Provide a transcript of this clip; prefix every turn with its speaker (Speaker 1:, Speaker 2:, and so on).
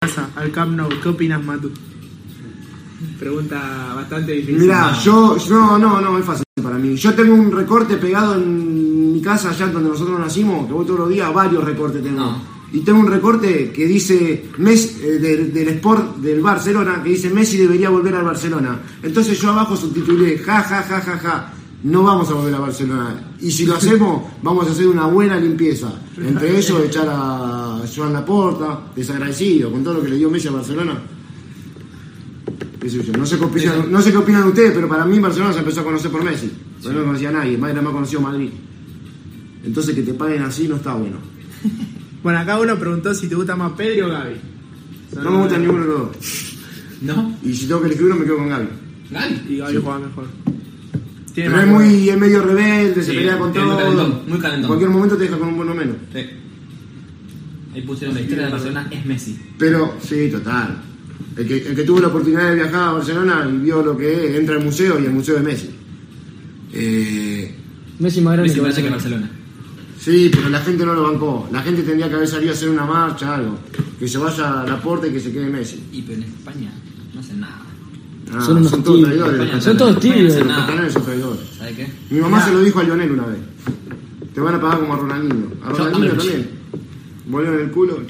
Speaker 1: casa, al Camp Nou. ¿Qué opinas, Matu? Pregunta bastante difícil.
Speaker 2: Mirá, yo. No, no, no, es fácil para mí. Yo tengo un recorte pegado en mi casa, allá donde nosotros nacimos, que voy todos los días, varios recortes tengo.
Speaker 3: No.
Speaker 2: Y tengo un recorte que dice Messi, eh, del, del Sport del Barcelona, que dice Messi debería volver al Barcelona. Entonces yo abajo subtitulé, ja, ja, ja, ja, ja, no vamos a volver a Barcelona. Y si lo hacemos, vamos a hacer una buena limpieza. Entre ellos echar a Joan Laporta, desagradecido, con todo lo que le dio Messi a Barcelona. Qué sé yo, No sé qué opinan, no sé qué opinan ustedes, pero para mí Barcelona se empezó a conocer por Messi. Yo no conocía a nadie, más era más conocido Madrid. Entonces que te paguen así no está bueno.
Speaker 1: Bueno, acá uno preguntó si te gusta más Pedro o Gaby.
Speaker 2: No me gusta ninguno de los dos.
Speaker 3: ¿No?
Speaker 2: Y si tengo que elegir uno, me quedo con Gaby.
Speaker 3: Gaby.
Speaker 1: Y Gaby juega mejor. Tiene
Speaker 2: Pero es
Speaker 1: más gol.
Speaker 2: muy, es medio rebelde, se
Speaker 3: Sí,
Speaker 2: pelea con
Speaker 3: es muy
Speaker 2: todo.
Speaker 3: calentón, muy calentón.
Speaker 2: En cualquier momento te deja con un buen menos.
Speaker 3: Sí. Ahí pusieron la historia de Barcelona es Messi.
Speaker 2: Pero, sí, total. El que, el que tuvo la oportunidad de viajar a Barcelona y vio lo que es, entra al museo y el museo de Messi. Eh,
Speaker 4: Messi más grande
Speaker 3: Messi
Speaker 4: que
Speaker 3: parece que
Speaker 4: Barcelona.
Speaker 3: Barcelona.
Speaker 2: sí, pero la gente no lo bancó. La gente tendría que haber salido a hacer una marcha, algo. Que se vaya a la puerta y que se quede Messi.
Speaker 3: Y pero en España no hacen nada.
Speaker 2: Ah,
Speaker 4: Son unos
Speaker 2: todos
Speaker 4: tibios.
Speaker 2: traidores.
Speaker 3: España
Speaker 2: los
Speaker 4: Son
Speaker 3: no-
Speaker 4: todos
Speaker 3: España
Speaker 4: tibios.
Speaker 3: No hacen nada.
Speaker 2: catalanes son traidores.
Speaker 3: ¿Sabe qué?
Speaker 2: Mi mamá se lo dijo a Lionel una vez. Te van a pagar como a Ronaldinho. A
Speaker 3: Yo,
Speaker 2: Ronaldinho
Speaker 3: Ambrosch.
Speaker 2: también. Volvieron en el culo.